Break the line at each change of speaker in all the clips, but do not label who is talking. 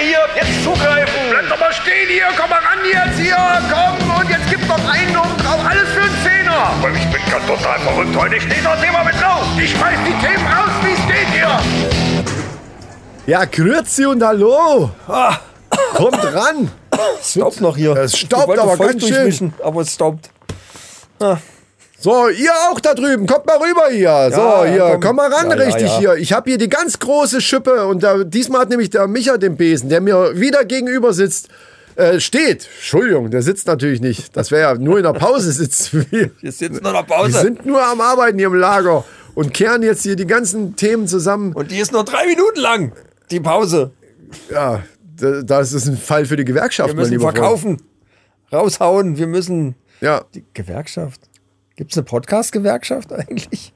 hier, jetzt zugreifen.
Bleib doch mal stehen hier, komm mal ran jetzt hier, komm und jetzt gib noch einen und auch alles für einen Zehner.
Aber ich bin ganz total verrückt heute, ich stehe das Thema mit drauf.
Ich schmeiß die Themen raus, wie es geht hier.
Ja, grüezi und hallo. Kommt ran.
Es staubt noch hier.
Es
Ich
staubt
wollte
aber
feucht
ganz schön.
durchmischen, Aber es staubt.
So, ihr auch da drüben, kommt mal rüber hier. So,
ja,
hier, komm.
komm.
mal ran
Ja, ja,
richtig
ja.
hier. Ich habe hier die ganz große Schippe und da, diesmal hat nämlich der Micha den Besen, der mir wieder gegenüber sitzt, äh, steht. Entschuldigung, der sitzt natürlich nicht. Das wäre ja nur in der Pause sitzen wir.
Jetzt jetzt noch eine
Wir
Pause.
sind nur am Arbeiten hier im Lager und kehren jetzt hier die ganzen Themen zusammen.
Und die ist nur drei Minuten lang. Die Pause.
Ja, d- das ist ein Fall für die Gewerkschaft,
Wir
mein
müssen
lieber Freund.
verkaufen. Raushauen. Wir müssen.
Ja.
Die Gewerkschaft. Gibt es eine Podcast-Gewerkschaft eigentlich?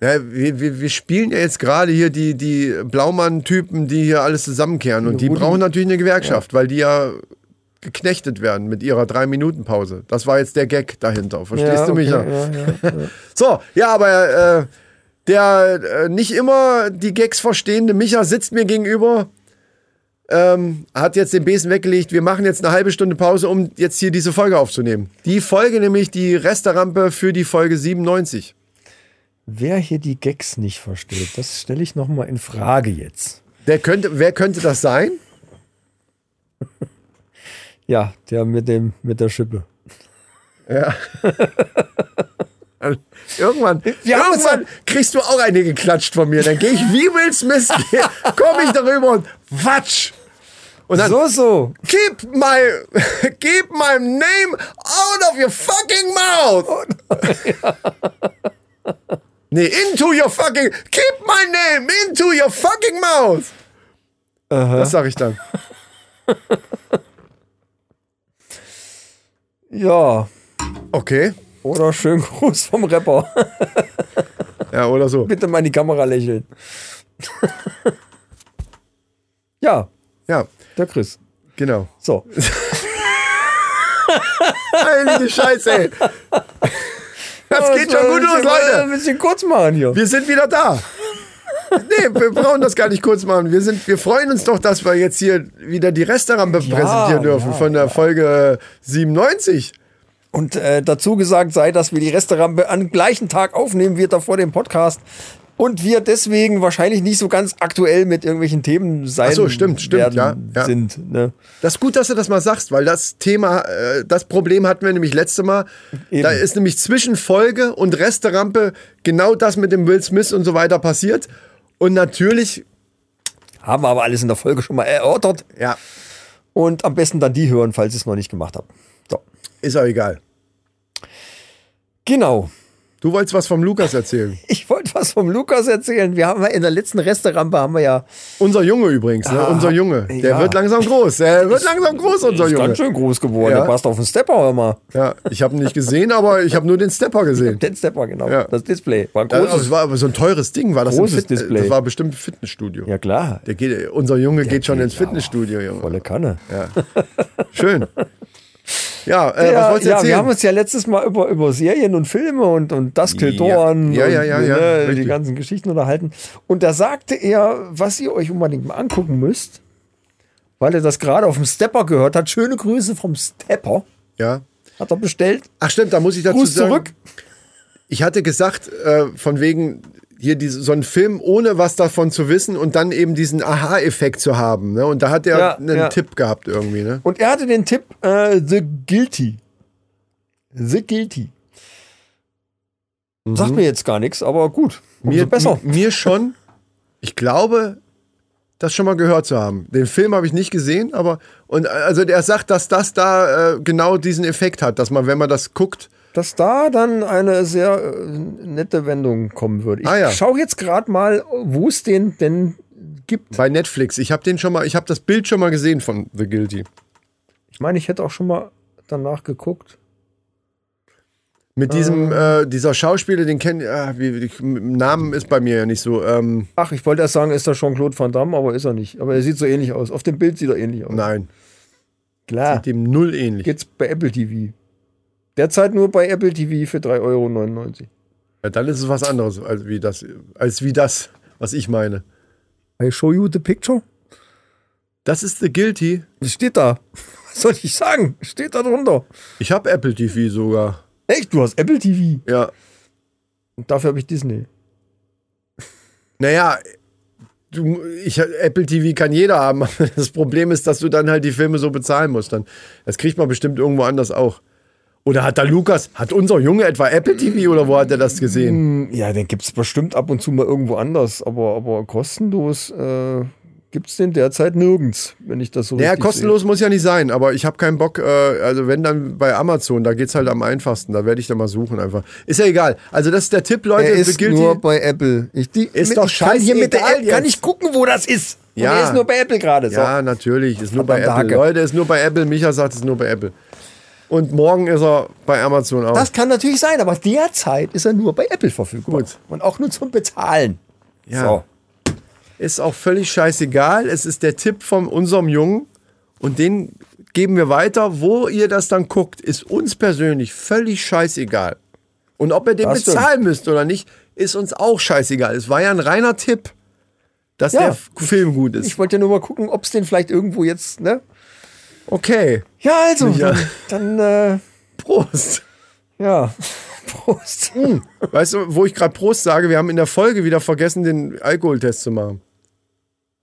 Ja, wir, wir, wir spielen ja jetzt gerade hier die, die Blaumann-Typen, die hier alles zusammenkehren. Und die
Rudi.
brauchen natürlich eine Gewerkschaft, weil die ja geknechtet werden mit ihrer Drei-Minuten-Pause. Das war jetzt der Gag dahinter. Verstehst
Ja,
du mich?
okay,
ja? So, ja, aber äh, der äh, nicht immer die Gags verstehende Micha sitzt mir gegenüber, ähm, hat jetzt den Besen weggelegt. Wir machen jetzt eine halbe Stunde Pause, um jetzt hier diese Folge aufzunehmen. Die Folge nämlich die Resterampe für die Folge 97.
Wer hier die Gags nicht versteht, das stelle ich nochmal in Frage jetzt.
Der könnte, wer könnte das sein?
Ja, der mit, dem, mit der Schippe.
Irgendwann,
Wir haben uns
irgendwann kriegst du auch eine geklatscht von mir. Dann gehe ich wie Will Smith, komme ich darüber und watsch. Und dann,
So, so.
keep my, keep my name out of your fucking
Oh
mouth. nee, into your fucking, keep my name into your fucking mouth. Das sag ich dann.
Ja.
Okay.
Oder schön Gruß vom Rapper.
Ja, oder so.
Bitte mal in die Kamera lächeln. ja,
Ja,
der Chris.
genau.
So.
Heilige Scheiße, ey. Das
Oh,
geht schon gut los, Leute.
Ein bisschen kurz machen hier.
Wir sind wieder da. Nee, wir brauchen das gar nicht kurz machen. Wir, sind, wir freuen uns doch, dass wir jetzt hier wieder die Restaurant präsentieren dürfen von der Folge äh, 97.
Und äh, dazu gesagt sei, dass wir die Resterampe am gleichen Tag aufnehmen, wird davor den Podcast. Und wir deswegen wahrscheinlich nicht so ganz aktuell mit irgendwelchen Themen sein
Ach so, stimmt, stimmt,
werden,
ja, ja.
sind. Ne?
Das ist gut, dass du das mal sagst, weil das Thema, äh, das Problem hatten wir nämlich letzte Mal.
Eben.
Da ist nämlich zwischen Folge und Resterampe genau das mit dem Will Smith und so weiter passiert. Und natürlich,
Haben wir aber alles in der Folge schon mal erörtert.
ja,
Und am besten dann die hören, falls ich es noch nicht gemacht habe. So.
ist auch egal.
Genau.
Du wolltest was vom Lukas erzählen.
Ich wollte was vom Lukas erzählen. Wir haben ja in der letzten Resterampe haben wir ja
Unser Junge übrigens, ne? unser Junge. Der
Ah, ja.
wird langsam groß. Der wird langsam groß, unser
ist
Junge.
ganz schön groß geworden.
Ja.
Der passt auf den Stepper hör mal.
Ja, ich habe ihn nicht gesehen, aber ich habe nur den Stepper gesehen.
Den Stepper, genau.
Ja. also
Das Display. War ein
Das,
großes.
war aber so ein teures Ding, war das im
Großes
Fit- äh,
Display.
Das war bestimmt im Fitnessstudio.
ja klar.
Der geht, unser Junge geht schon ins Fitnessstudio, Junge.
Volle Kanne.
Schön. Ja, äh, was wolltest du
ja, wir
erzählen?
haben uns ja letztes Mal über, über Serien und Filme und, und das killt
Ja.
Doran
Ja, ja,
und,
ja, ja,
ne, die
richtig.
ganzen Geschichten unterhalten. Und da sagte er, was ihr euch unbedingt mal angucken müsst, weil er das gerade auf dem Stepper gehört hat. Schöne Grüße vom Stepper.
ja.
Hat er bestellt.
Ach stimmt, da muss ich dazu
Gruß
sagen.
zurück.
Ich hatte gesagt, äh, von wegen hier diese, so einen Film, ohne was davon zu wissen und dann eben diesen Aha-Effekt zu haben. Ne? Und da hat er
Ja,
einen
ja.
Tipp gehabt irgendwie. Ne?
Und er hatte den Tipp, äh, The Guilty. The Guilty. Sagt mir jetzt gar nichts, aber gut. Umso
Mhm. Mir,
besser.
Also m- mir schon. Ich glaube, das schon mal gehört zu haben. Den Film habe ich nicht gesehen, aber und äh, also der sagt, dass das da äh, genau diesen Effekt hat, dass man, wenn man das guckt,
dass da dann eine sehr äh, nette Wendung kommen würde. Ich
Ah, ja.
schaue jetzt gerade mal, wo es den denn gibt.
bei Netflix. Ich habe den schon mal, ich habe das Bild schon mal gesehen von The Guilty
Ich meine, ich hätte auch schon mal danach geguckt.
mit diesem äh, dieser Schauspieler, den kennen, äh, wie, wie, Namen ist bei mir ja nicht so. Ähm,
Ach, ich wollte erst sagen, ist das Jean-Claude Van Damme, aber ist er nicht. Aber er sieht so ähnlich aus. Auf dem Bild sieht er ähnlich aus.
nein,
Klar.
dem null ähnlich.
Geht's bei Apple TV. Derzeit nur bei Apple TV für 3,99 Euro.
Ja, dann ist es was anderes als wie das, als wie das, was ich meine.
I show you the picture?
Das ist The Guilty.
Das steht da. Was soll ich sagen? Steht da drunter.
Ich habe Apple TV sogar.
Echt, du hast Apple TV.
Ja.
Und dafür habe ich Disney.
Naja, du, ich, Apple TV kann jeder haben. aber Das Problem ist, dass du dann halt die Filme so bezahlen musst. Dann, das kriegt man bestimmt irgendwo anders auch. Oder hat da Lukas, hat unser Junge etwa Apple TV oder wo hat er das gesehen?
Ja, den gibt es bestimmt ab und zu mal irgendwo anders, aber, aber kostenlos äh, gibt es den derzeit nirgends, wenn ich das so
Naja,
richtig
kostenlos muss ja nicht sein, aber ich habe keinen Bock. Äh, also, wenn dann bei Amazon, da geht's halt am einfachsten. Da werde ich dann mal suchen einfach. Ist ja egal. Also, das ist der Tipp, Leute.
Sehe. Er
The
ist
Guilty-
nur bei Apple. Ich, die,
Ist doch
ich kann hier mit der
scheißegal
App kann
jetzt.
ich gucken, wo das ist. Und
Ja.
er ist nur bei Apple gerade. So.
Ja, natürlich. Ist nur bei Apple.
Verdammte Hacke.
Leute, ist nur bei Apple. Micha sagt, ist nur bei Apple. Und morgen ist er bei Amazon auch.
Das kann natürlich sein, aber derzeit ist er nur bei Apple verfügbar.
Gut.
Und auch nur zum Bezahlen.
Ja.
So.
ist auch völlig scheißegal. Es ist der Tipp von unserem Jungen und den geben wir weiter. Wo ihr das dann guckt, ist uns persönlich völlig scheißegal. Und ob ihr den
Das stimmt.
bezahlen müsst oder nicht, ist uns auch scheißegal. Es war ja ein reiner Tipp, dass
Ja.
der F- Film gut ist.
Ich wollte ja nur mal gucken, ob es den vielleicht irgendwo jetzt, ne?
Okay,
Ja, also.
Ja.
Dann, dann
Prost.
äh, ja. Prost.
Weißt du, wo ich gerade Prost sage, wir haben in der Folge wieder vergessen, den Alkoholtest zu machen.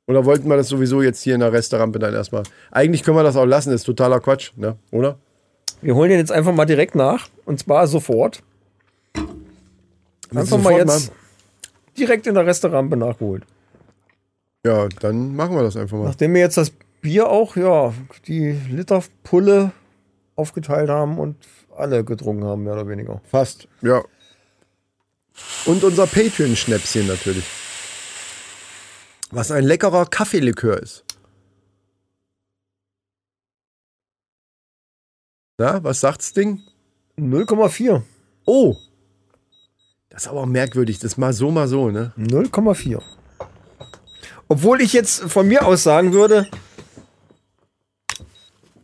Oder wollten wir das sowieso jetzt hier in der Restaurante dann erstmal? Eigentlich können wir das auch lassen, ist totaler Quatsch, ne? oder?
Wir holen den jetzt einfach mal direkt nach. Und zwar sofort. Einfach mal
sofort
jetzt
machen?
direkt in der Restaurante nachgeholt.
Ja, dann machen wir das einfach mal.
Nachdem wir jetzt das Bier auch, ja, die Literpulle aufgeteilt haben und alle getrunken haben, mehr oder weniger.
Fast. Ja. Und unser Patreon-Schnäpschen natürlich. Was ein leckerer Kaffeelikör ist. Na, was sagt's Ding?
0,4.
Oh! Das ist aber auch merkwürdig. Das ist mal so, mal so, ne?
0,4. Obwohl ich jetzt von mir aus sagen würde,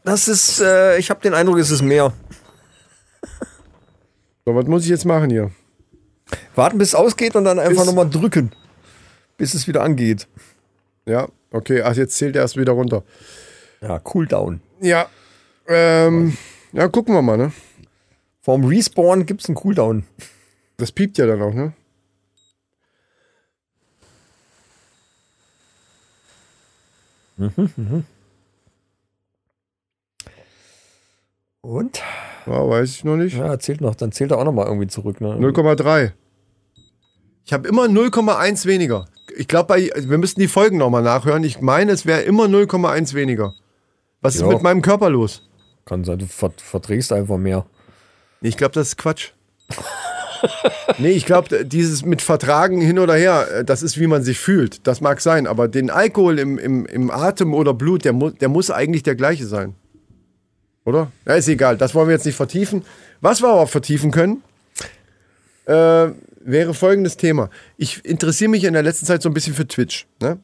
das ist, äh, ich habe den Eindruck, es ist mehr.
So, was muss ich jetzt machen hier?
Warten, bis es ausgeht und dann einfach
Ist-
nochmal drücken, bis es wieder angeht.
Ja, okay. Ach, jetzt zählt er erst wieder runter.
Ja, Cooldown.
Ja. Ähm, ja, gucken wir mal, ne?
Vom Respawn gibt es einen Cooldown.
Das piept ja dann auch, ne?
Und?
Ja, weiß ich noch nicht.
Ja, zählt noch, dann zählt er auch nochmal irgendwie zurück. Ne?
0,3. Ich habe immer 0,1 weniger. Ich glaube, wir müssten die Folgen nochmal nachhören. Ich meine, es wäre immer 0,1 weniger. Was
Ja.
ist mit meinem Körper los?
Kann sein, du ver verträgst einfach mehr.
Nee, Ich glaube, das ist Quatsch. nee, ich glaube, dieses mit Vertragen hin oder her, äh, das ist, wie man sich fühlt. Das mag sein, aber den Alkohol im, im, im Atem oder Blut, der, mu der muss eigentlich der gleiche sein. Oder? Ja, ist egal, das wollen wir jetzt nicht vertiefen. Was wir aber vertiefen können, äh, wäre folgendes Thema. Ich interessiere mich in der letzten Zeit so ein bisschen für Twitch. Ne?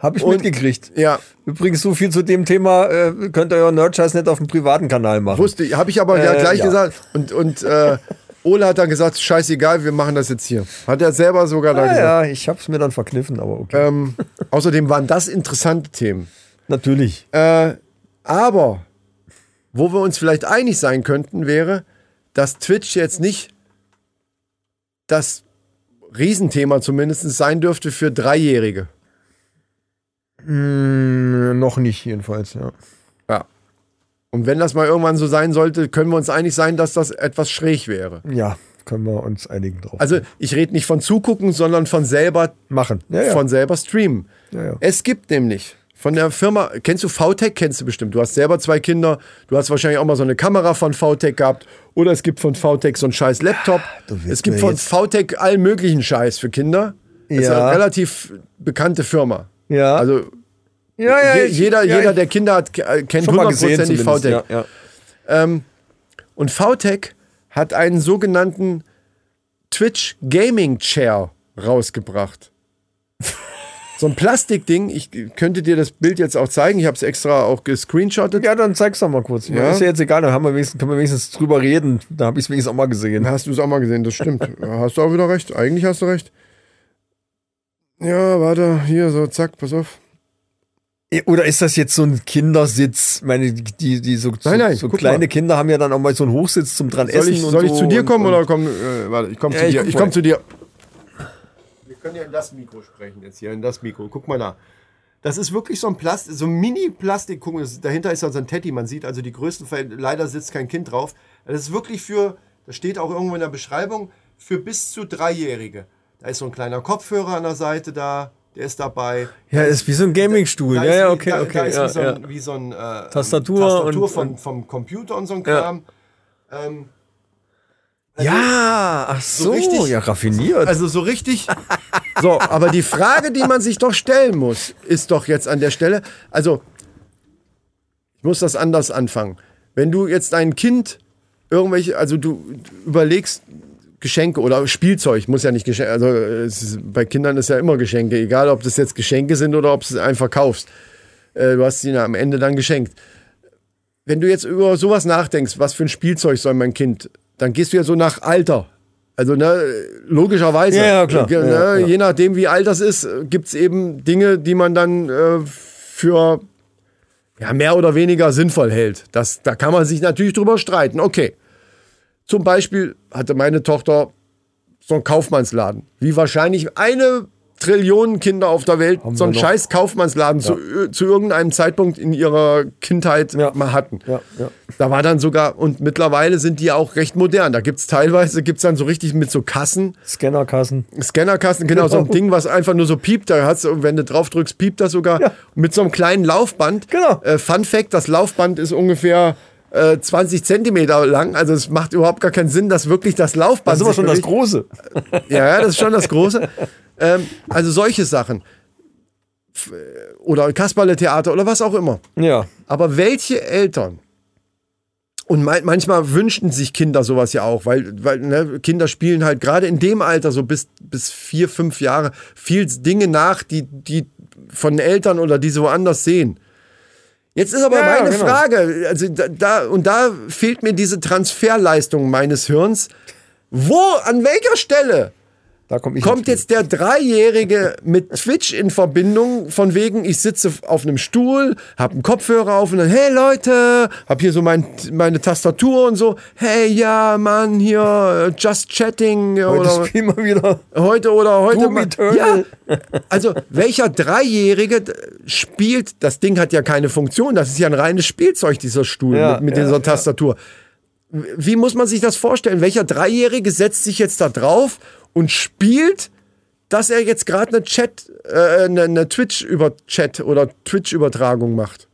Habe ich
Und-
mitgekriegt.
Ja,
Übrigens, so viel zu dem Thema, äh, könnt ihr euren Nerdscheiß nicht auf dem privaten Kanal machen.
wusste, habe ich aber ja
Äh,
gleich
ja.
gesagt. Und, und äh, Ole hat dann gesagt, scheißegal, wir machen das jetzt hier. Hat er selber sogar da gesagt.
Ja, ja, ich hab's mir dann verkniffen, aber okay.
Ähm, außerdem waren das interessante Themen.
Natürlich.
Äh, aber wo wir uns vielleicht einig sein könnten, wäre, dass Twitch jetzt nicht das Riesenthema zumindest sein dürfte für Dreijährige.
Ähm, noch nicht jedenfalls, ja.
Ja. Und wenn das mal irgendwann so sein sollte, können wir uns einig sein, dass das etwas schräg wäre.
Ja, können wir uns einigen drauf
Also ich rede nicht von zugucken, sondern von selber,
machen. Ja, ja.
von selber streamen.
ja, ja.
Es gibt nämlich von der Firma, kennst du VTech? Kennst du bestimmt. Du hast selber zwei Kinder, du hast wahrscheinlich auch mal so eine Kamera von VTech gehabt oder es gibt von VTech so einen scheiß Laptop.
Ah, Du willst
Es gibt
mir
von
jetzt-
VTech allen möglichen Scheiß für Kinder. Das ist
Ja.
eine relativ bekannte Firma.
Ja.
Also
ja, ja,
je,
ich-
jeder,
ja,
jeder
ich-
der Kinder hat, äh, kennt
schon mal gesehen
hundertprozentig
zumindest,
VTech.
ja, ja.
Und VTech hat einen sogenannten Twitch Gaming Chair rausgebracht. so ein Plastikding. Ich könnte dir das Bild jetzt auch zeigen. Ich habe es extra auch gescreenshottet.
ja, dann zeig's doch mal kurz.
Ja.
Ist ja jetzt egal, dann haben wir wenigstens, können wir wenigstens drüber reden. Da habe ich es wenigstens auch mal gesehen.
Hast du es auch mal gesehen? Das stimmt. hast du auch wieder recht. Eigentlich hast du recht. Ja, warte. Hier, so, zack, pass auf.
Eh, Oder ist das jetzt so ein Kindersitz? Ich meine, die, die so, so,
Nein, nein,
so
guck
kleine
mal.
Kinder haben ja dann auch mal so einen Hochsitz zum dran
Soll
essen.
ich,
und
soll ich
so
zu dir
und-
kommen
und-
oder komm, äh, warte, ich komme
Ja,
zu
ich
dir.
guck
Ich komme
mal.
zu dir. Wir können ja in das Mikro sprechen jetzt hier, in das Mikro. Guck mal da. Das ist wirklich so ein Plast so ein Mini-Plastik. Guck mal, das- dahinter ist ja so ein Teddy. Man sieht also die größten. Ver- Leider sitzt kein Kind drauf. Das ist wirklich für, das steht auch irgendwo in der Beschreibung, für bis zu Dreijährige. Da ist so ein kleiner Kopfhörer an der Seite da. Der ist dabei.
Ja, ist wie so ein Gaming-Stuhl.
Da
Ja,
ist
ja,
wie-
okay,
da,
okay.
Da ist
ja,
wie so ein,
ja.
wie so ein äh,
Tastatur
Tastatur
und-
von,
und-
vom Computer und so ein Kram. Ähm,
ja, ach so,
richtig-
ja, raffiniert.
Also so richtig. So, aber die Frage, die man sich doch stellen muss, ist doch jetzt an der Stelle. Also, ich muss das anders anfangen. Wenn du jetzt ein Kind irgendwelche, also du überlegst Geschenke oder Spielzeug, muss ja nicht Geschenke, also es ist, bei Kindern ist ja immer Geschenke, egal ob das jetzt Geschenke sind oder ob du es einfach kaufst. Äh, Du hast sie ja am Ende dann geschenkt. Wenn du jetzt über sowas nachdenkst, was für ein Spielzeug soll mein Kind, dann gehst du ja so nach Alter. Also ne, logischerweise.
Ja, ja, klar.
Ge- Ne,
Ja, ja.
Je nachdem, wie alt das ist, gibt es eben Dinge, die man dann äh, für ja, mehr oder weniger sinnvoll hält. Das, da kann man sich natürlich drüber streiten. Okay. Zum Beispiel hatte meine Tochter so einen Kaufmannsladen. Wie wahrscheinlich eine Trillion Kinder auf der Welt so einen
noch.
scheiß Kaufmannsladen zu, zu irgendeinem Zeitpunkt in ihrer Kindheit
Ja.
mal hatten.
Ja, ja.
Da war dann sogar, und mittlerweile sind die auch recht modern. Da gibt es teilweise, gibt es dann so richtig mit so Kassen,
Scannerkassen.
Scannerkasten, genau, so ein
Genau.
Ding, was einfach nur so piept. Da hast du, wenn du drauf drückst, piept das sogar.
Ja.
Mit so einem kleinen Laufband.
Genau.
Äh, Fun Fact: Das Laufband ist ungefähr äh, 20 Zentimeter lang. Also es macht überhaupt gar keinen Sinn, dass wirklich das
Das
Laufband.
ist aber
sich
schon das
bewegt.
Große.
Ja, ja, das ist schon das Große. ähm, also solche Sachen. F- äh, Oder Kasperle-Theater oder was auch immer.
Ja.
Aber welche Eltern? Und ma- manchmal wünschten sich Kinder sowas ja auch, weil, weil ne, Kinder spielen halt gerade in dem Alter, so bis, bis vier, fünf Jahre, viel Dinge nach, die, die von Eltern oder die sie woanders sehen. Jetzt ist aber
Ja, ja,
meine
genau.
Frage, also da, da, und da fehlt mir diese Transferleistung meines Hirns. Wo, an welcher Stelle
Da komme ich. ins
kommt jetzt der Dreijährige mit Twitch in Verbindung, von wegen, ich sitze auf einem Stuhl, hab einen Kopfhörer auf und dann, hey Leute, hab hier so mein, meine Tastatur und so, hey ja, Mann, hier, just chatting
Spiel.
oder
Das Spiel mal wieder.
heute oder heute.
Doom
mal-
Eternal.
Ja, also welcher Dreijährige d- spielt, das Ding hat ja keine Funktion, das ist ja ein reines Spielzeug, dieser Stuhl
Ja,
mit, mit
ja,
dieser
ja.
Tastatur. W- Wie muss man sich das vorstellen? Welcher Dreijährige setzt sich jetzt da drauf und spielt, dass er jetzt gerade eine Chat, äh, eine, eine Twitch über Chat oder Twitch-Übertragung macht?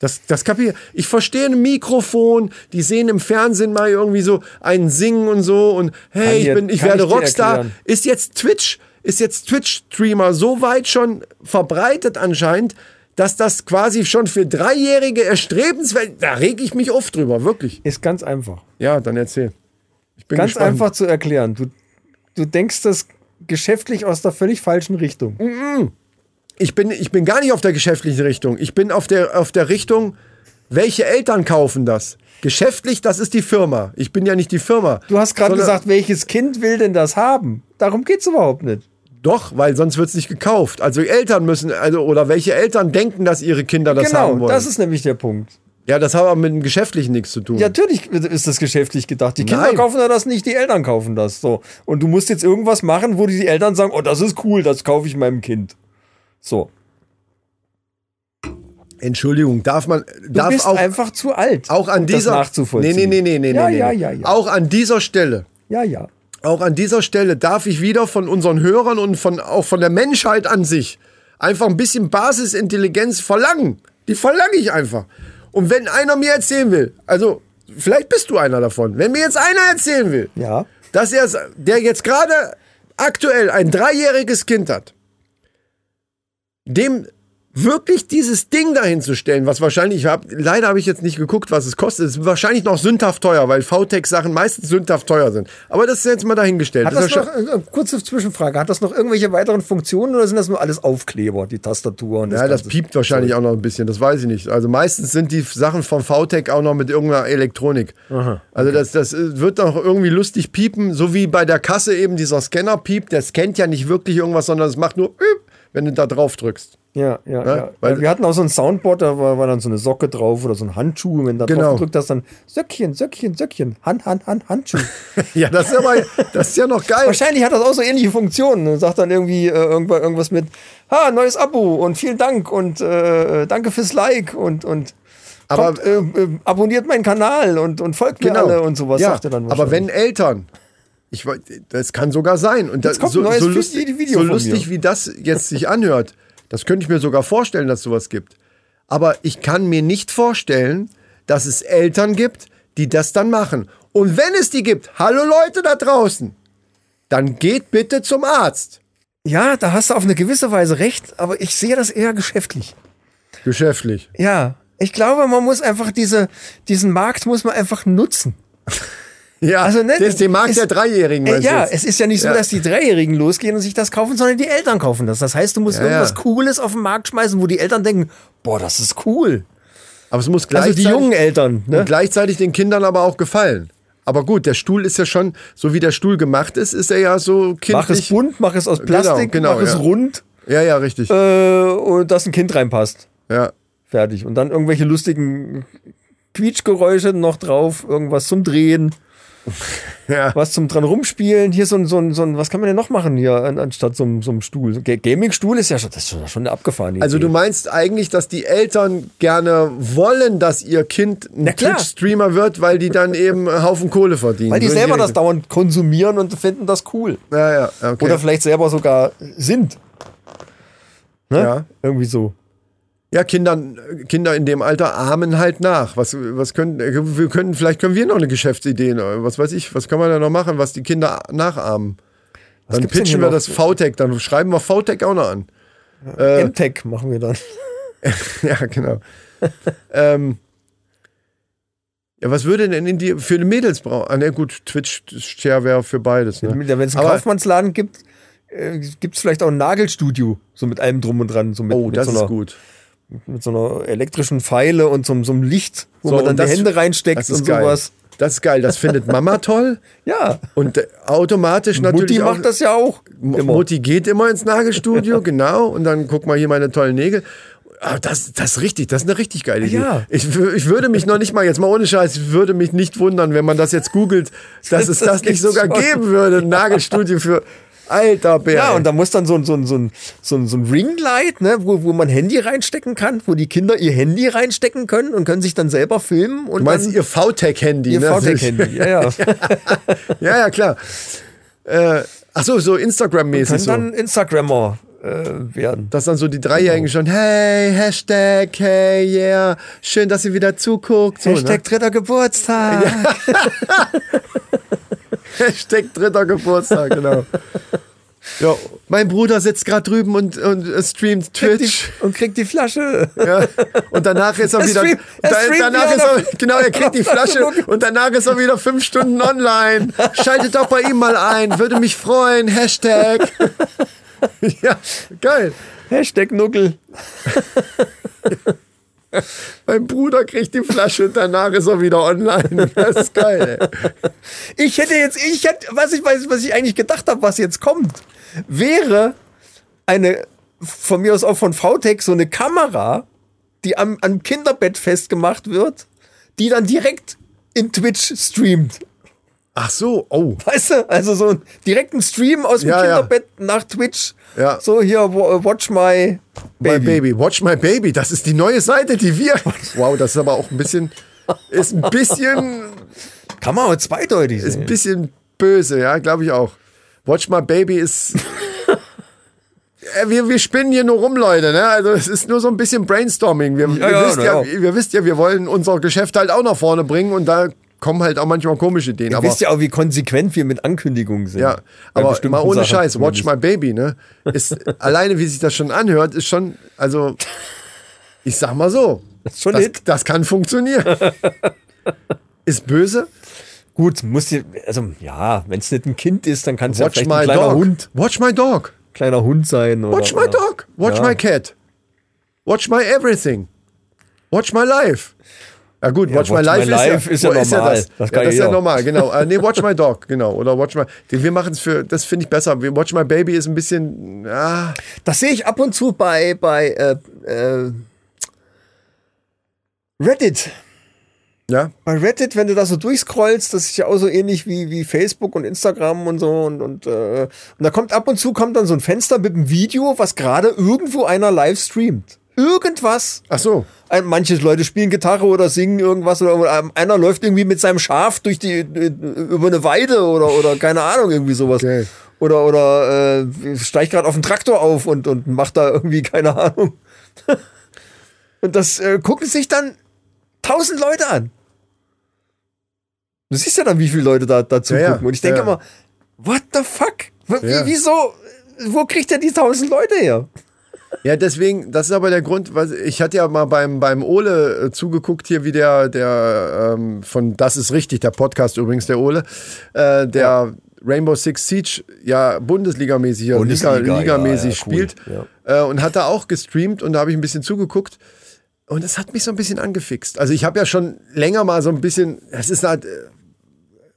Das, das kapier. Ich verstehe ein Mikrofon, die sehen im Fernsehen mal irgendwie so einen singen und so und hey,
Kann
ich,
dir-
bin, ich
kann
werde
ich dir
Rockstar.
erklären.
Ist jetzt Twitch, ist jetzt Twitch-Streamer so weit schon verbreitet anscheinend, dass das quasi schon für Dreijährige erstrebenswert. Da reg ich mich oft drüber, wirklich.
Ist ganz einfach.
Ja, dann erzähl. Ich bin
Ganz
gespannt.
einfach zu erklären. Du, du denkst das geschäftlich aus der völlig falschen Richtung.
Mhm. Ich bin, ich bin gar nicht auf der geschäftlichen Richtung. Ich bin auf der, auf der Richtung, welche Eltern kaufen das? Geschäftlich, das ist die Firma. Ich bin ja nicht die Firma.
Du hast gerade
Sondern-
gesagt, welches Kind will denn das haben? Darum geht's überhaupt nicht.
Doch, weil sonst wird es nicht gekauft. Also Eltern müssen, also, oder welche Eltern denken, dass ihre Kinder das haben
genau,
wollen.
das ist nämlich der Punkt.
ja, das hat aber mit dem Geschäftlichen nichts zu tun.
Ja, natürlich ist das geschäftlich gedacht. Die Kinder
Nein.
kaufen ja das nicht, die Eltern kaufen das. So. Und du musst jetzt irgendwas machen, wo die Eltern sagen, oh, das ist cool, das kaufe ich meinem Kind. So.
Entschuldigung, darf man
Du
darf
bist
auch,
einfach zu alt.
auch an
um
dieser
das nachzuvollziehen.
Nee, nee, nee, nee, nee,
ja,
nee,
ja,
nee.
ja, ja.
Auch an dieser Stelle,
ja, ja.
auch an dieser Stelle darf ich wieder von unseren Hörern und von auch von der Menschheit an sich einfach ein bisschen Basisintelligenz verlangen. Die verlange ich einfach. Und wenn einer mir erzählen will, also vielleicht bist du einer davon, wenn mir jetzt einer erzählen will,
Ja.
dass er, der jetzt gerade aktuell ein dreijähriges Kind hat, dem wirklich dieses Ding dahin zu stellen, was wahrscheinlich, ich hab, leider habe ich jetzt nicht geguckt, was es kostet, ist wahrscheinlich noch sündhaft teuer, weil VTech-Sachen meistens sündhaft teuer sind. Aber das ist jetzt mal dahingestellt.
Hat
Das
das
ist ja
noch, äh, kurze Zwischenfrage, hat das noch irgendwelche weiteren Funktionen oder sind das nur alles Aufkleber, die Tastatur und
Ja, das
Ganze?
piept wahrscheinlich auch noch ein bisschen, das weiß ich nicht. Also meistens sind die Sachen vom VTech auch noch mit irgendeiner Elektronik. Also das, das äh, wird doch irgendwie lustig piepen, so wie bei der Kasse eben dieser Scanner piept. Der scannt ja nicht wirklich irgendwas, sondern es macht nur, üp, wenn du da drauf drückst.
Ja, ja,
Ja,
ja.
weil-
ja wir hatten auch so ein Soundboard, da war, war dann so eine Socke drauf oder so ein Handschuh. Und wenn du da
Genau.
drauf gedrückt hast, dann Söckchen, Söckchen, Söckchen, Han, Han, Han, Handschuh.
Ja, das ist ja, mal, das ist ja noch geil.
Wahrscheinlich hat das auch so ähnliche Funktionen und sagt dann irgendwie äh, irgendwas, irgendwas mit, ha, neues Abo und vielen Dank und äh, danke fürs Like und, und
Aber- Genau.
kommt, äh, äh, abonniert meinen Kanal und, und folgt mir alle und sowas,
ja,
sagt er dann
Aber wenn Eltern, ich wei- das kann sogar sein. Und das,
Jetzt kommt
so,
ein neues
so lustig,
Video
so
von mir.
lustig wie das jetzt sich anhört, das könnte ich mir sogar vorstellen, dass sowas gibt. Aber ich kann mir nicht vorstellen, dass es Eltern gibt, die das dann machen. Und wenn es die gibt, hallo Leute da draußen, dann geht bitte zum Arzt.
Ja, da hast du auf eine gewisse Weise recht, aber ich sehe das eher geschäftlich.
Geschäftlich.
Ja, ich glaube, man muss einfach diese, diesen Markt muss man einfach nutzen.
Ja,
Also, ne,
das ist die Markt
es-
der Dreijährigen.
Äh,
meinst du
ja,
jetzt?
es ist ja nicht so,
Ja.
dass die Dreijährigen losgehen und sich das kaufen, sondern die Eltern kaufen das. Das heißt, du musst
Ja,
irgendwas
ja.
Cooles auf den Markt schmeißen, wo die Eltern denken, boah, das ist cool.
aber es muss
Also die
gleichzeitig-
jungen Eltern, ne?
Und gleichzeitig den Kindern aber auch gefallen. Aber gut, der Stuhl ist ja schon, so wie der Stuhl gemacht ist, ist er ja
Mach
so
es
kindlich.
bunt, mach es aus Plastik,
genau,
mach
ja.
es rund
ja, ja, richtig.
äh, und dass ein Kind reinpasst.
ja.
Fertig. Und dann irgendwelche lustigen Quietschgeräusche noch drauf, irgendwas zum Drehen,
Ja.
was zum dran rumspielen. Hier so ein, so ein, so ein was kann man denn noch machen hier an, anstatt so, einem- so einem Stuhl? So ein Ga- Gaming-Stuhl ist ja schon, das ist schon, schon eine abgefahrene
Also du
Idee.
meinst eigentlich, dass die Eltern gerne wollen, dass ihr Kind ein
Na klar.
Twitch-Streamer wird, weil die dann eben einen Haufen Kohle verdienen.
Weil die
So in
selber das
Richtung.
dauernd konsumieren und finden das cool.
Ja, ja, okay.
Oder vielleicht selber sogar sind. Ne?
Ja.
Irgendwie so.
ja, Kinder, Kinder in dem Alter ahmen halt nach. Was, was können, wir können, vielleicht können wir noch eine Geschäftsidee, ne? was weiß ich, was kann man da noch machen, was die Kinder nachahmen? Dann
gibt's denn
pitchen
hier
wir
noch?
das VTech, dann schreiben wir VTech auch noch an. Äh,
MTech machen wir dann.
Ja, genau. ähm, ja, was würde denn in die, für die Mädels brauchen? Ah, ne, gut, Twitch-Share wäre für beides. Ne?
Wenn es einen
Aber-
Kaufmannsladen gibt, äh, gibt es vielleicht auch ein Nagelstudio. So mit allem drum und dran. So mit,
Oh,
mit,
das
so
ist
einer,
gut.
mit so einer elektrischen Pfeile und so, so einem Licht, wo
So,
man dann
und
die
das-
Hände reinsteckt
Das ist
und
geil.
sowas.
Das ist geil. Das findet Mama toll
Ja.
und äh, automatisch natürlich.
Mutti
auch,
macht das ja auch.
M-
Immer.
Mutti geht immer ins Nagelstudio, genau. Und dann guck mal hier meine tollen Nägel. Ah, das, das ist richtig, das ist eine richtig geile Idee.
Ja.
Ich, wü- ich würde mich noch nicht mal, jetzt mal ohne Scheiß, ich würde mich nicht wundern, wenn man das jetzt googelt, dass es
Das
das
gibt's
nicht sogar
schon.
geben würde. Ein Nagelstudio für alter Bär.
Ja,
ey.
und da muss dann so ein, so ein, so ein, so ein, so ein Ringlight, ne, wo, wo man Handy reinstecken kann, wo die Kinder ihr Handy reinstecken können und können sich dann selber filmen und
Du meinst
dann
ihr VTech-Handy,
ihr
ne?
VTech-Handy. Ja, ja.
ja, ja, klar. Äh, ach so, so Instagram-mäßig
Können
so.
dann Instagrammer äh, werden.
Dass dann so die Dreijährigen
Genau.
schon, hey, Hashtag, hey, yeah, schön, dass ihr wieder zuguckt. So,
Hashtag dritter Geburtstag.
ne? Hashtag dritter Geburtstag, genau. ja, mein Bruder sitzt gerade drüben und, und äh, streamt Twitch.
Und kriegt die Flasche.
Ja. Und danach ist er
Er
wieder.
streamt- er
da,
streamt
danach
wieder
ist er,
auf-
genau, er kriegt die
auf
Flasche
Flaschenlook.
und danach ist er wieder fünf Stunden online. Schaltet doch bei ihm mal ein, würde mich freuen. Hashtag. Ja, geil.
Hashtag Nuckel.
Mein Bruder kriegt die Flasche und danach ist er wieder online. Das ist geil. Ey.
Ich hätte jetzt, ich hätte, was ich weiß, was ich eigentlich gedacht habe, was jetzt kommt, wäre eine, von mir aus auch von VTech, so eine Kamera, die am, am Kinderbett festgemacht wird, die dann direkt in Twitch streamt.
Ach so, oh.
Weißt du? Also so einen direkten Stream aus dem
Ja, ja.
Kinderbett nach Twitch.
Ja.
So hier, wa- watch my
My
baby.
Baby, Watch My Baby, das ist die neue Seite, die wir. Wow, das ist aber auch ein bisschen. Ist ein bisschen
Kann man auch zweideutig
ist ein
sehen.
bisschen böse, ja, glaube ich auch. Watch My Baby ist. Äh, wir, wir spinnen hier nur rum, Leute, ne? Also es ist nur so ein bisschen Brainstorming. Wir, wir,
ja,
wisst
na
ja,
ja.
wir wisst ja, wir wollen unser Geschäft halt auch nach vorne bringen und da kommen halt auch manchmal komische Ideen.
Ihr
Aber,
wisst ja auch, wie konsequent wir mit Ankündigungen sind.
ja,
Bei
aber
bestimmten
mal ohne
Sachen
Scheiß, Watch
zumindest.
My Baby, ne? Ist alleine, wie sich das schon anhört, ist schon, also ich sag mal so,
Das ist schon
das,
Hit.
das kann funktionieren. ist böse.
Gut, muss dir, also ja, wenn es nicht ein Kind ist, dann kann es ja
Watch
vielleicht
my
ein kleiner
dog.
Hund,
Watch my dog.
kleiner Hund sein. Oder,
Watch my
oder.
dog. Watch
Ja.
my cat. Watch my everything. Watch my life. Ja gut, Watch, My
Watch
Life,
My Life
ist,
ist
ja,
ja
wo ist ja
normal.
das.
Das
ja,
kann
das ist ja
jeder.
normal, genau. Äh, nee, Watch My Dog, genau. Oder Watch My. Wir machen es für. Das finde ich besser. Wir- Watch My Baby ist ein bisschen. Ah,
Das sehe ich ab und zu bei, bei äh, äh, Reddit.
ja.
Bei Reddit, wenn du da so durchscrollst, das ist ja auch so ähnlich wie, wie Facebook und Instagram und so und, und, äh, und da kommt ab und zu kommt dann so ein Fenster mit einem Video, was gerade irgendwo einer live streamt. Irgendwas.
Ach so.
Ein, manche Leute spielen Gitarre oder singen irgendwas oder, oder ähm, einer läuft irgendwie mit seinem Schaf durch die äh, über eine Weide oder oder keine Ahnung irgendwie sowas.
Okay.
Oder oder äh, steigt gerade auf den Traktor auf und und macht da irgendwie keine Ahnung. und das äh, gucken sich dann tausend Leute an. Du siehst ja dann, wie viele Leute da dazu
Ja, ja.
gucken. Und ich denke
Ja, ja.
immer, what the fuck? Wie,
Ja.
Wieso? Wo kriegt er die tausend Leute her?
Ja, deswegen, das ist aber der Grund, weil ich hatte ja mal beim, beim Ole äh, zugeguckt hier, wie der, der ähm, von Das ist richtig, der Podcast übrigens, der Ole, äh, der Rainbow Six Siege ja bundesligamäßig, ja,
Bundesliga,
Liga, ligamäßig
ja, ja, cool,
spielt äh, und hat da auch gestreamt und da habe ich ein bisschen zugeguckt. Und das hat mich so ein bisschen angefixt. Also ich habe ja schon länger mal so ein bisschen, es ist halt äh,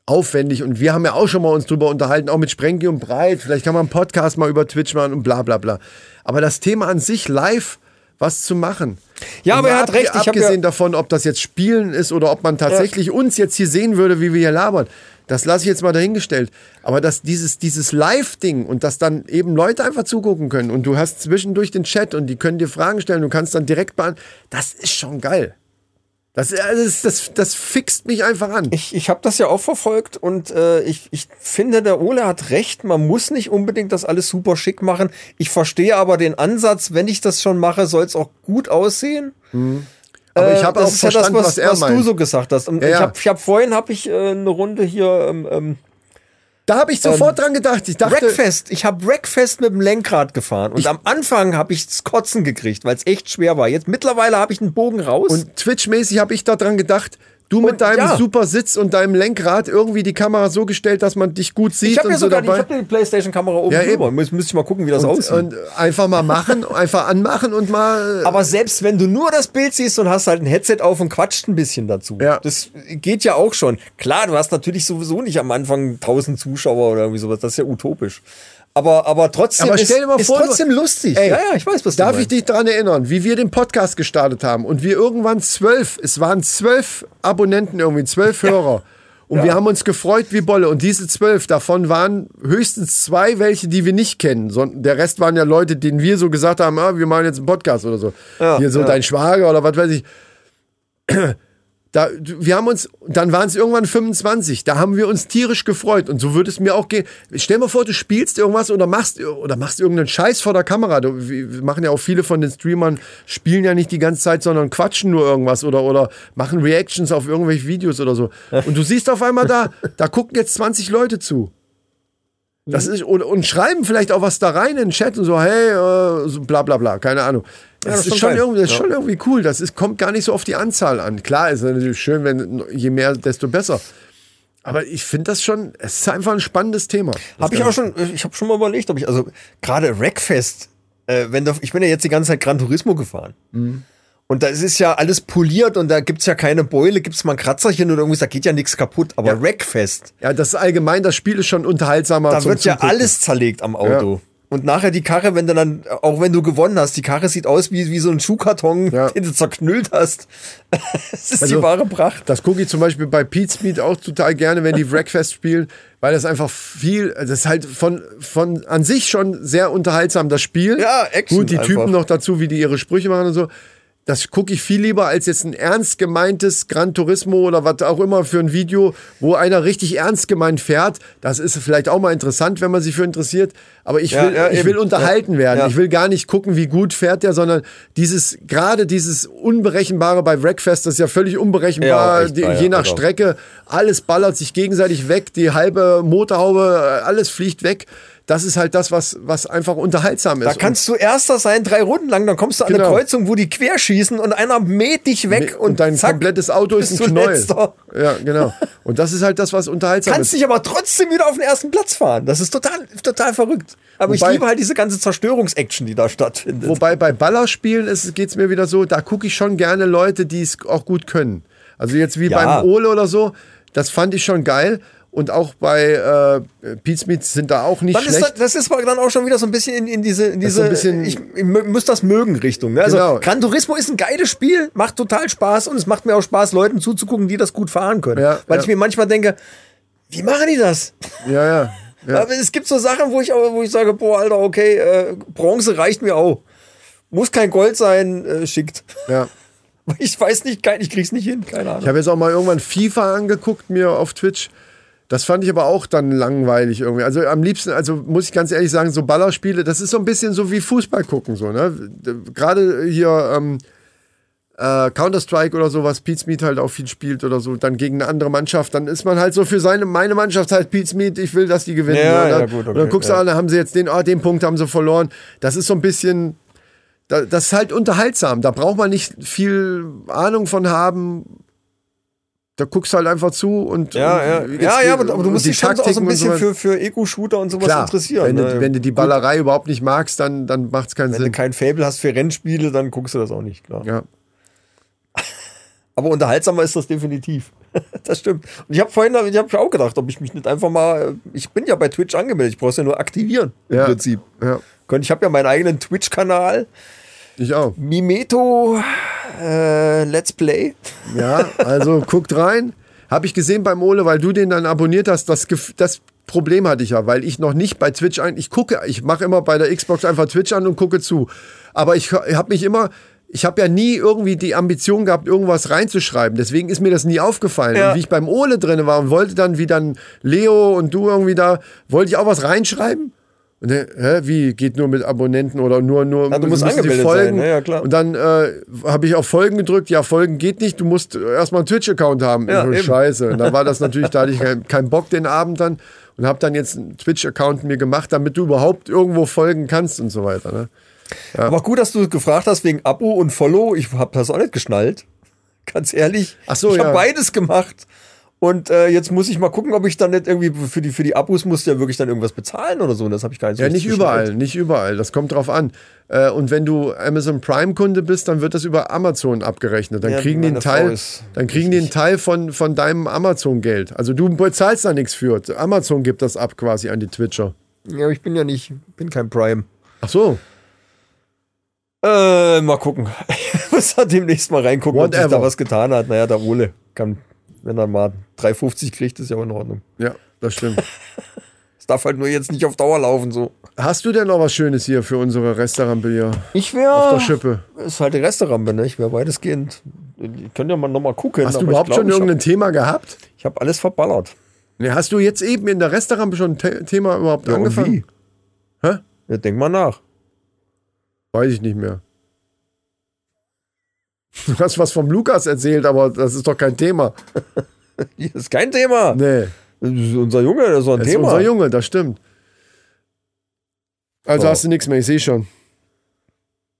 aufwendig und wir haben ja auch schon mal uns drüber unterhalten, auch mit Sprengi und Breit, vielleicht kann man einen Podcast mal über Twitch machen und bla bla bla. Aber das Thema an sich, live was zu machen.
Ja, aber
mal
er hat
abge-
recht, ich hab
Abgesehen
ja-
davon, ob das jetzt Spielen ist oder ob man tatsächlich uns jetzt hier sehen würde, wie wir hier labern. Das lasse ich jetzt mal dahingestellt. Aber dass dieses, dieses Live-Ding und dass dann eben Leute einfach zugucken können und du hast zwischendurch den Chat und die können dir Fragen stellen, du kannst dann direkt beantworten, das ist schon geil. Das, also das, das, das fixt mich einfach an.
Ich, ich habe das ja auch verfolgt und äh, ich, ich finde, der Ole hat recht, man muss nicht unbedingt das alles super schick machen. Ich verstehe aber den Ansatz, wenn ich das schon mache, soll es auch gut aussehen.
Aber
Äh,
ich habe
das
auch
ist
verstanden,
ja das,
was,
was,
er
was
meint.
du so gesagt hast. Und
Ja, ja.
Ich habe ich hab, vorhin habe ich äh, eine Runde hier ähm, ähm,
da habe ich sofort dran gedacht. Ich dachte,
Wreckfest. Ich habe Wreckfest mit dem Lenkrad gefahren und am Anfang habe ich's Kotzen gekriegt, weil es echt schwer war. Jetzt mittlerweile habe ich einen Bogen raus.
Und Twitch-mäßig habe ich daran gedacht, du mit
Und
deinem
ja.
super Sitz und deinem Lenkrad irgendwie die Kamera so gestellt, dass man dich gut sieht
ich habe
und
ja
so
sogar die, ich
dabei.
hab ja die PlayStation-Kamera oben
Ja,
drüber. Muss, müsste ich mal gucken, wie das
und, äh,
aussieht.
und einfach mal machen, einfach anmachen und mal. äh,
Aber selbst wenn du nur das Bild siehst und hast halt ein Headset auf und quatscht ein bisschen dazu.
Ja.
Das geht ja auch schon. Klar, du hast natürlich sowieso nicht am Anfang 1000 Zuschauer oder irgendwie sowas. Das ist ja utopisch. Aber, aber trotzdem
Aber
ist,
stell dir mal
ist
vor,
trotzdem lustig.
Ey,
ja, ja, ich weiß, was
Darf
du
ich
meinst.
dich daran erinnern, wie wir den Podcast gestartet haben und wir irgendwann zwölf, es waren zwölf Abonnenten irgendwie, zwölf Hörer. Und wir haben uns gefreut wie Bolle. Und diese zwölf, davon waren höchstens zwei welche, die wir nicht kennen. Son- Der Rest waren ja Leute, denen wir so gesagt haben, ah, wir machen jetzt einen Podcast oder so. Hier so dein Schwager oder was weiß ich. Da, wir haben uns, dann waren es irgendwann 25, da haben wir uns tierisch gefreut und so würde es mir auch gehen. Stell dir mal vor, du spielst irgendwas oder machst, oder machst irgendeinen Scheiß vor der Kamera. Du, wir machen ja auch viele von den Streamern, spielen ja nicht die ganze Zeit, sondern quatschen nur irgendwas oder, oder machen Reactions auf irgendwelche Videos oder so. Und du siehst auf einmal da, da gucken jetzt 20 Leute zu. Das ist, und, und schreiben vielleicht auch was da rein in den Chat und so, hey, äh, so bla bla bla, keine Ahnung.
das
Das
ist
ist
schon
schon
geil.
irgendwie, das ist
Ja.
schon irgendwie cool. Das ist, kommt gar nicht so auf die Anzahl an. Klar ist natürlich schön, wenn je mehr, desto besser. Aber ich finde das schon, es ist einfach ein spannendes Thema.
Habe ich auch schon, ich habe schon mal überlegt, ob ich, also gerade Rackfest, äh, wenn du, ich bin ja jetzt die ganze Zeit Gran Turismo gefahren.
Mhm.
Und da ist es ja alles poliert und da gibt's ja keine Beule, gibt's mal ein Kratzerchen oder irgendwas, da geht ja nichts kaputt. Aber Rackfest,
Ja, das ist allgemein, das Spiel ist schon unterhaltsamer.
Da
zum
wird ja
Zugucken.
alles zerlegt am Auto.
Ja.
Und nachher die Karre, wenn du dann, auch wenn du gewonnen hast, die Karre sieht aus wie, wie so ein Schuhkarton,
Ja.
den du zerknüllt hast. Das ist
Also-
die wahre Pracht.
Das gucke ich zum Beispiel bei Pete Speed auch total gerne, wenn die Breakfast spielen, weil das einfach viel, das ist halt von, von an sich schon sehr unterhaltsam, das Spiel.
Ja, Action
Gut, die
einfach.
Typen noch dazu, wie die ihre Sprüche machen und so. Das gucke ich viel lieber als jetzt ein ernst gemeintes Gran Turismo oder was auch immer für ein Video, wo einer richtig ernst gemeint fährt. Das ist vielleicht auch mal interessant, wenn man sich für interessiert. Aber ich will,
Ja, ja,
ich
eben.
will unterhalten
Ja,
werden.
ja.
Ich will will gar nicht gucken, wie gut fährt der, sondern dieses, gerade dieses Unberechenbare bei Wreckfest, das ist ja völlig unberechenbar,
Ja, echt,
die,
ja,
je nach
genau.
Strecke. Alles ballert sich gegenseitig weg, die halbe Motorhaube, äh, alles fliegt weg. Das ist halt das, was, was einfach unterhaltsam ist.
Da kannst du Erster sein, drei Runden lang, dann kommst du an
Genau.
eine Kreuzung, wo die querschießen und einer mäht dich
und,
weg
und, dein
zack,
komplettes Auto ist
bist
ein
du
Knäuel.
Letzter.
Ja, genau. Und das ist halt das, was unterhaltsam
Kannst
ist.
dich aber trotzdem wieder auf den ersten Platz fahren. Das ist total, total verrückt. Aber ich
Wobei-
liebe halt diese ganze Zerstörungsaction, die da stattfindet.
Wobei bei Ballerspielen geht es geht's mir wieder so, da gucke ich schon gerne Leute, die es auch gut können. Also jetzt wie
Ja.
beim Ole oder so, das fand ich schon geil. Und auch bei äh, Pete's Meats sind da auch nicht
Dann ist
schlecht.
das, das ist dann auch schon wieder so ein bisschen in, in diese, in
ist so
diese
ein bisschen-
ich, ich mö- muss das mögen Richtung. Ne? Also
Genau.
Gran Turismo ist ein geiles Spiel, macht total Spaß und es macht mir auch Spaß, Leuten zuzugucken, die das gut fahren können.
Ja,
Weil
ja.
ich mir manchmal denke, wie machen die das?
ja, ja. ja.
Aber es gibt so Sachen, wo ich, aber- wo ich sage, boah, Alter, okay, äh, Bronze reicht mir auch. Muss kein Gold sein, äh, schickt.
ja.
Ich weiß nicht, kein, ich krieg's nicht hin, keine
Ich
Ahnung.
habe jetzt auch mal irgendwann FIFA angeguckt, mir auf Twitch. Das fand ich aber auch dann langweilig irgendwie. Also am liebsten, also muss ich ganz ehrlich sagen, so Ballerspiele, das ist so ein bisschen so wie Fußball gucken, so, ne? Gerade hier ähm, äh, Counter-Strike oder so, was Pete's Meat halt auch viel spielt oder so, dann gegen eine andere Mannschaft, dann ist man halt so für seine, meine Mannschaft halt Pete's Meat, ich will, dass die gewinnen.
Ja,
oder?
ja, gut,
und dann
okay,
guckst
ja.
du an, da haben sie jetzt den, ah, den Punkt haben sie verloren. Das ist so ein bisschen, da, das ist halt unterhaltsam. Da braucht man nicht viel Ahnung von haben. Da guckst du halt einfach zu und.
Ja, ja,
und jetzt
ja,
geht-
ja, aber, aber du
und
musst dich schon so auch so
Taktiken
ein
und
bisschen
sowas.
für, für Ego-Shooter und sowas
Klar,
interessieren.
Wenn,
ne?
du, wenn du die Ballerei überhaupt nicht magst, dann, dann macht es keinen
Wenn du
Sinn.
kein Fable hast für Rennspiele, dann guckst du das auch nicht, klar.
ja.
Aber unterhaltsamer ist das definitiv. Das stimmt. Und ich habe vorhin ich hab auch gedacht, ob ich mich nicht einfach mal. Ich bin ja bei Twitch angemeldet, ich brauche es ja nur aktivieren im
Ja.
Prinzip.
ja,
Könnt- Ich habe ja meinen eigenen Twitch-Kanal,
ich auch.
Mimeto äh, Let's Play.
Ja, also guckt rein. Habe ich gesehen beim Ole, weil du den dann abonniert hast. Das, Gef- das Problem hatte ich ja, weil ich noch nicht bei Twitch ein. Ich gucke, ich mache immer bei der Xbox einfach Twitch an und gucke zu. Aber ich habe mich immer. Ich habe ja nie irgendwie die Ambition gehabt, irgendwas reinzuschreiben. Deswegen ist mir das nie aufgefallen.
Ja.
Und wie ich beim Ole drin war und wollte dann, wie dann Leo und du irgendwie da, wollte ich auch was reinschreiben? Und dann, hä, wie geht nur mit Abonnenten oder nur nur
Ja, du musst
müssen die
angemeldet sein,
Folgen?
ne? Ja, klar.
Und dann äh, habe ich auf Folgen gedrückt. Ja, Folgen geht nicht. Du musst erstmal einen Twitch-Account haben.
Ja,
Oh,
eben.
Scheiße. Und da war das natürlich, da hatte ich keinen keinen Bock den Abend dann und habe dann jetzt einen Twitch-Account mir gemacht, damit du überhaupt irgendwo folgen kannst und so weiter. Ne?
Aber gut, dass du gefragt hast wegen Abo und Follow. Ich habe das auch nicht geschnallt. Ganz ehrlich.
Ach so,
ich habe
ja.
beides gemacht. Und äh, jetzt muss ich mal gucken, ob ich dann nicht irgendwie für die, für die Abos musst du ja wirklich dann irgendwas bezahlen oder so. Und das habe ich gar nicht so
Ja, nicht
richtig
überall,
geschnallt.
nicht überall. Das kommt drauf an. Äh, und wenn du Amazon Prime-Kunde bist, dann wird das über Amazon abgerechnet. Dann
Ja,
kriegen die einen
meine Frau
Teil,
ist
dann kriegen die einen Teil von, von deinem Amazon-Geld. Also du bezahlst da nichts für. Amazon gibt das ab quasi an die Twitcher.
Ja, ich bin ja nicht, bin kein Prime.
Ach so.
Äh, mal gucken. Ich muss da demnächst mal reingucken, ob sich da
Whatever.
was getan hat. Naja, der Ole kann, wenn er mal 3,50 kriegt, ist ja auch in Ordnung.
Ja, das stimmt.
Es darf halt nur jetzt nicht auf Dauer laufen, so.
Hast du denn noch was Schönes hier für unsere Restaurantbier
Ich
auf
wäre.
der Schippe?
Ist halt die Restaurante, ne? Ich wäre weitestgehend. Ihr könnt ja mal nochmal gucken.
Hast
aber
du
ich
überhaupt
glaub,
schon irgendein Thema gehabt?
Ich habe hab alles verballert.
Nee, hast du jetzt eben in der Restaurant schon ein Te Thema überhaupt
Ja, und
angefangen?
wie?
Hä?
Ja, denk mal nach.
Weiß ich nicht mehr. Du hast was vom Lukas erzählt, aber das ist doch kein Thema.
Hier ist kein Thema.
Nee,
Das ist unser Junge, das ist doch ein
das ist
Thema.
unser Junge, das stimmt. Also
So.
hast du nichts mehr, ich sehe schon.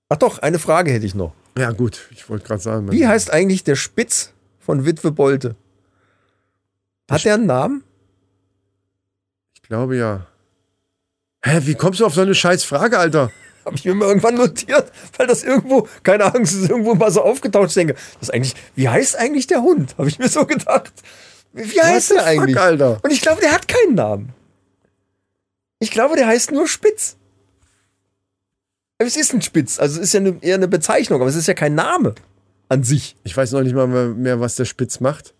Ach doch, eine Frage hätte ich noch.
Ja, gut, ich wollte gerade sagen.
Wie heißt eigentlich der Spitz von Witwe Bolte? Hat der einen Namen?
Ich glaube ja. Hä, wie kommst du auf so eine scheiß Frage, Alter?
Habe ich mir mal irgendwann notiert, weil das irgendwo, keine Ahnung, es ist irgendwo mal so aufgetaucht. Ich denke, das ist eigentlich, wie heißt eigentlich der Hund? Habe ich mir so gedacht. Wie wie heißt
the
der
fuck,
eigentlich?
Alter?
Und ich glaube, der hat keinen Namen. Ich glaube, der heißt nur Spitz. Aber Es ist ein Spitz, also es ist ja eine, eher eine Bezeichnung, aber es ist ja kein Name an sich.
Ich weiß noch nicht mal mehr, was der Spitz macht.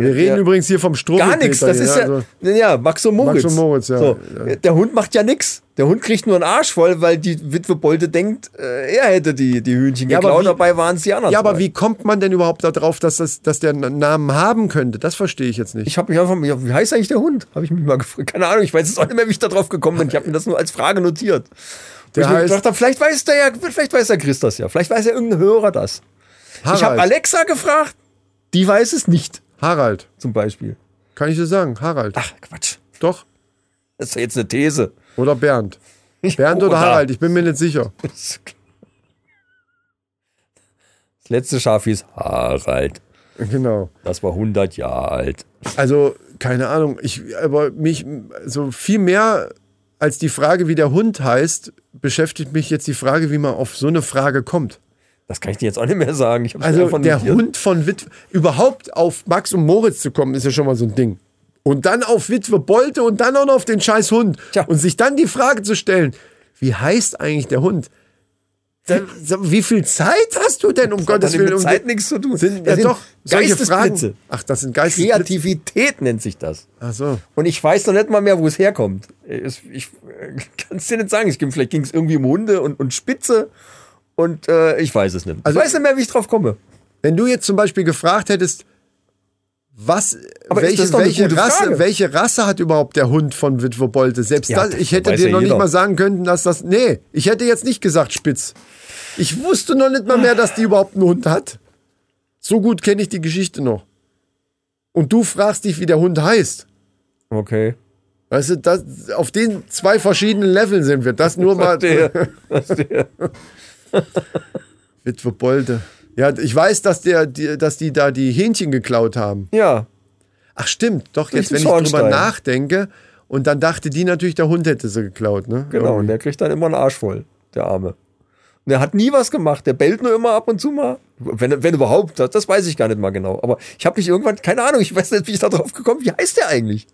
Wir reden
Ja.
übrigens hier vom Strom.
Gar nichts, das ist ja,
also.
ja, Max und Moritz.
Max und Moritz, ja.
So,
Ja.
der Hund macht ja nichts. Der Hund kriegt nur einen Arsch voll, weil die Witwe Bolte denkt, äh, er hätte die, die Hühnchen
Ja, aber
geklaut,
wie-
dabei waren es die anderen.
Ja, aber
zwei.
wie kommt man denn überhaupt darauf, dass, das, dass der einen Namen haben könnte? Das verstehe ich jetzt nicht.
Ich habe mich einfach, ja, wie heißt eigentlich der Hund? Habe ich mich mal gefragt. Keine Ahnung, ich weiß jetzt auch nicht mehr, wie ich da drauf gekommen bin. Ich habe mir das nur als Frage notiert. Und
Der
ich mir
heißt-
gedacht hab, vielleicht weiß der ja, vielleicht weiß der Chris das ja. Vielleicht weiß ja irgendein Hörer das. Ich habe Alexa gefragt, die weiß es nicht,
Harald.
zum Beispiel.
Kann ich dir sagen? Harald.
Ach, Quatsch.
Doch.
Das ist ja jetzt eine These.
Oder Bernd. Bernd oder Harald, ich bin mir nicht sicher.
Das letzte Schaf hieß Harald.
Genau.
Das war 100 Jahre alt.
Also, keine Ahnung. Ich, aber mich, so viel mehr als die Frage, wie der Hund heißt, beschäftigt mich jetzt die Frage, wie man auf so eine Frage kommt.
Das kann ich dir jetzt auch nicht mehr sagen. Ich hab's
Also
einfach
der
notiert.
Hund von Witwe, überhaupt auf Max und Moritz zu kommen, ist ja schon mal so ein Ding. Und dann auf Witwe Bolte und dann auch noch auf den scheiß Hund.
Tja.
Und sich dann die Frage zu stellen, wie heißt eigentlich der Hund? Da, da, wie viel Zeit hast du denn, um
hat
Gottes
mit
Willen? um
Zeit
den-
nichts zu tun.
Sind, ja
Das sind
doch, solche
Geistesblitze.
Fragen. Ach, das sind Geistesblitze.
Kreativität nennt sich das.
Ach so.
Und ich weiß noch nicht mal mehr, wo es herkommt. Es- Ich kann es dir nicht sagen. Ich, vielleicht ging es irgendwie um Hunde und, und Spitze. Und äh, ich weiß es nicht.
Also-
ich weiß nicht mehr, wie ich drauf komme.
Wenn du jetzt zum Beispiel gefragt hättest, was,
Aber ist das
welche,
doch eine
welche,
gute Frage?
Rasse, welche Rasse hat überhaupt der Hund von Witwe Bolte? Selbst
Ja,
das,
das
ich hätte
weiß
dir
ja
noch nicht
jeder.
mal sagen können, dass das, nee, ich hätte jetzt nicht gesagt Spitz. Ich wusste noch nicht mal mehr, dass die überhaupt einen Hund hat. So gut kenne ich die Geschichte noch. Und du fragst dich, wie der Hund heißt.
Okay.
Weißt du, das, auf den zwei verschiedenen Leveln sind wir. Das nur mal.
Verstehe. Verstehe.
Witwe Bolte. Ja, ich weiß, dass, der, die, dass die da die Hähnchen geklaut haben.
Ja.
Ach stimmt, doch,
Durch
jetzt,
den
wenn ich drüber
Schornstein.
nachdenke. Und dann dachte die natürlich, der Hund hätte sie geklaut, ne?
Genau, und der kriegt dann immer einen Arsch voll, der Arme. Und der hat nie was gemacht, der bellt nur immer ab und zu mal. Wenn, wenn überhaupt, das, das weiß ich gar nicht mal genau. Aber ich habe mich irgendwann, keine Ahnung, ich weiß nicht, wie ich da drauf gekommen bin. Wie heißt der eigentlich?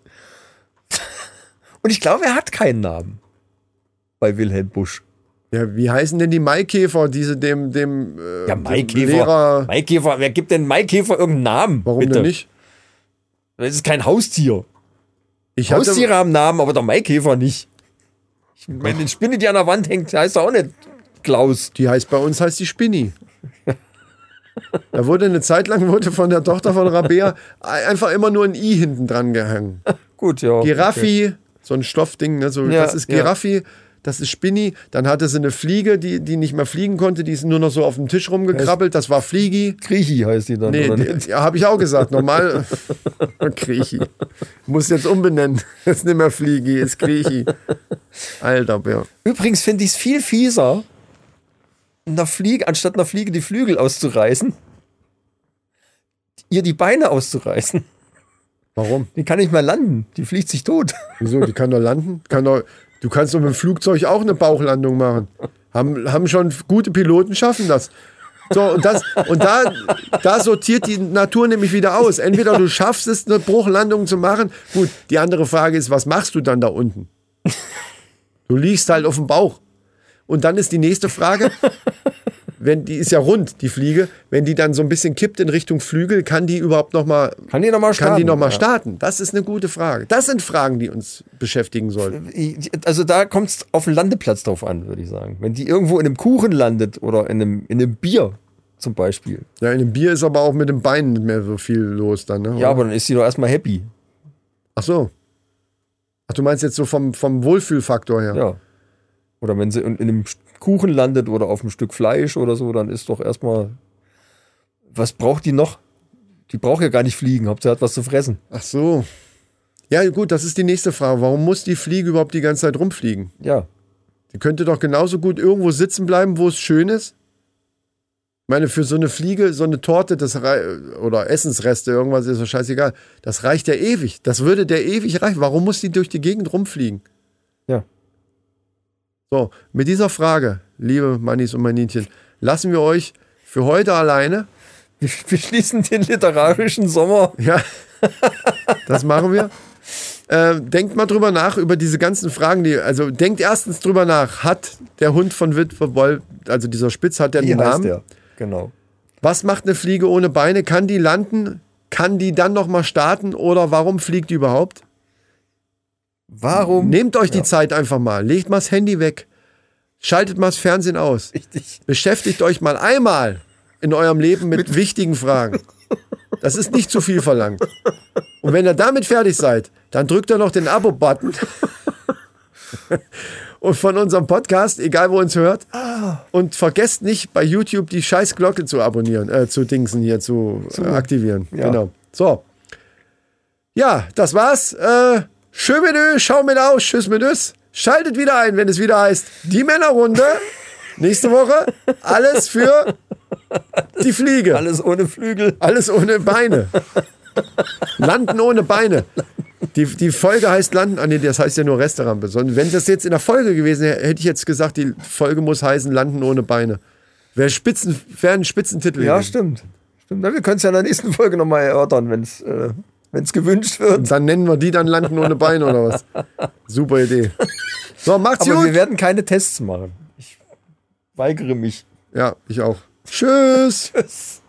Und ich glaube, er hat keinen Namen. Bei Wilhelm Busch.
Ja, wie heißen denn die Maikäfer, diese dem, dem, äh,
Ja,
dem
Maikäfer.
Lehrer.
Maikäfer, wer gibt denn Maikäfer irgendeinen Namen?
Warum
bitte?
denn nicht?
Das ist kein Haustier.
Ich hatte,
Haustiere haben Namen, aber der Maikäfer nicht. Ich meine, den Spinne, die an der Wand hängt, heißt er auch nicht Klaus.
die heißt bei uns heißt die Spinni. da wurde eine Zeit lang wurde von der Tochter von Rabea ein- einfach immer nur ein I hinten dran gehangen.
Gut, ja.
Giraffi, so ein Stoffding, ne? so,
Ja,
das ist
ja.
Giraffi, das ist Spinni. Dann hatte sie eine Fliege, die, die nicht mehr fliegen konnte, die ist nur noch so auf dem Tisch rumgekrabbelt, das war Fliegi.
Griechi heißt die dann.
Nee,
oder nicht?
die- ja, habe ich auch gesagt. Normal Griechi. Muss jetzt umbenennen. Jetzt nicht mehr Fliegi, ist Griechi. Alter, ja.
Übrigens finde ich es viel fieser, einer Fliege, anstatt einer Fliege die Flügel auszureißen, ihr die Beine auszureißen.
Warum?
Die kann nicht mehr landen. Die fliegt sich tot.
Wieso? Die kann doch landen. Kann doch, du kannst doch mit dem Flugzeug auch eine Bauchlandung machen. Haben, haben schon gute Piloten schaffen das. So, und, das, und da, da sortiert die Natur nämlich wieder aus. Entweder du schaffst es, eine Bruchlandung zu machen. Gut, die andere Frage ist, was machst du dann da unten? Du liegst halt auf dem Bauch. Und dann ist die nächste Frage, wenn die ist ja rund, die Fliege, wenn die dann so ein bisschen kippt in Richtung Flügel, kann die überhaupt nochmal
Kann die nochmal starten?
kann die nochmal
Ja.
starten? Das ist eine gute Frage. Das sind Fragen, die uns beschäftigen sollten.
Also da kommt es auf den Landeplatz drauf an, würde ich sagen. Wenn die irgendwo in einem Kuchen landet oder in einem, in einem Bier zum Beispiel.
Ja, in dem Bier ist aber auch mit den Beinen nicht mehr so viel los dann, ne?
Ja, aber dann ist sie doch erstmal happy.
Ach so. Ach, du meinst jetzt so vom, vom Wohlfühlfaktor her.
Ja. Oder wenn sie in, in einem Kuchen landet oder auf einem Stück Fleisch oder so, dann ist doch erstmal. Was braucht die noch? Die braucht ja gar nicht fliegen, Hauptsache hat was zu fressen.
Ach so. Ja, gut, das ist die nächste Frage. Warum muss die Fliege überhaupt die ganze Zeit rumfliegen?
Ja.
Die könnte doch genauso gut irgendwo sitzen bleiben, wo es schön ist. Ich meine, für so eine Fliege, so eine Torte das rei- oder Essensreste, irgendwas ist doch scheißegal. Das reicht ja ewig. Das würde der ewig reichen. Warum muss die durch die Gegend rumfliegen?
Ja.
So, mit dieser Frage, liebe Mannis und Maninchen, lassen wir euch für heute alleine.
Wir, wir schließen den literarischen Sommer.
Ja, das machen wir. Äh, denkt mal drüber nach, über diese ganzen Fragen, die, also denkt erstens drüber nach, hat der Hund von Witwe Boll, also dieser Spitz, hat der einen Namen?
Genau.
Was macht eine Fliege ohne Beine? Kann die landen? Kann die dann nochmal starten? Oder warum fliegt die überhaupt?
Warum?
Nehmt euch die Zeit einfach mal, legt mal das Handy weg, schaltet mal das Fernsehen aus.
Richtig.
Beschäftigt euch mal einmal in eurem Leben mit, wichtigen Fragen. Das ist nicht zu viel verlangt. Und wenn ihr damit fertig seid, dann drückt ihr noch den Abo-Button. Und von unserem Podcast, egal wo ihr uns hört. Und vergesst nicht, bei YouTube die Scheißglocke zu abonnieren, äh, zu dingsen hier, zu, äh, aktivieren.
ja.
Genau. So. Ja, das war's. Äh, schön mit Ö, schau mit aus, tschüss mit Ös. Schaltet wieder ein, wenn es wieder heißt, die Männerrunde. Nächste Woche alles für die Fliege.
Alles ohne Flügel.
Alles ohne Beine. Landen ohne Beine. Die, die Folge heißt Landen. Ah, nee, das heißt ja nur Resterampe. Sondern wenn das jetzt in der Folge gewesen wäre, hätte ich jetzt gesagt, die Folge muss heißen Landen ohne Beine. Wäre Spitzen, wär ein Spitzentitel.
Ja,
gewesen.
stimmt. stimmt. Na, wir können es ja in der nächsten Folge nochmal erörtern, wenn es äh, wenn's gewünscht wird.
Dann nennen wir die dann Landen ohne Bein oder was. Super Idee. So, macht's
Aber wir
gut.
werden keine Tests machen. Ich weigere mich.
Ja, ich auch. Tschüss.
Tschüss.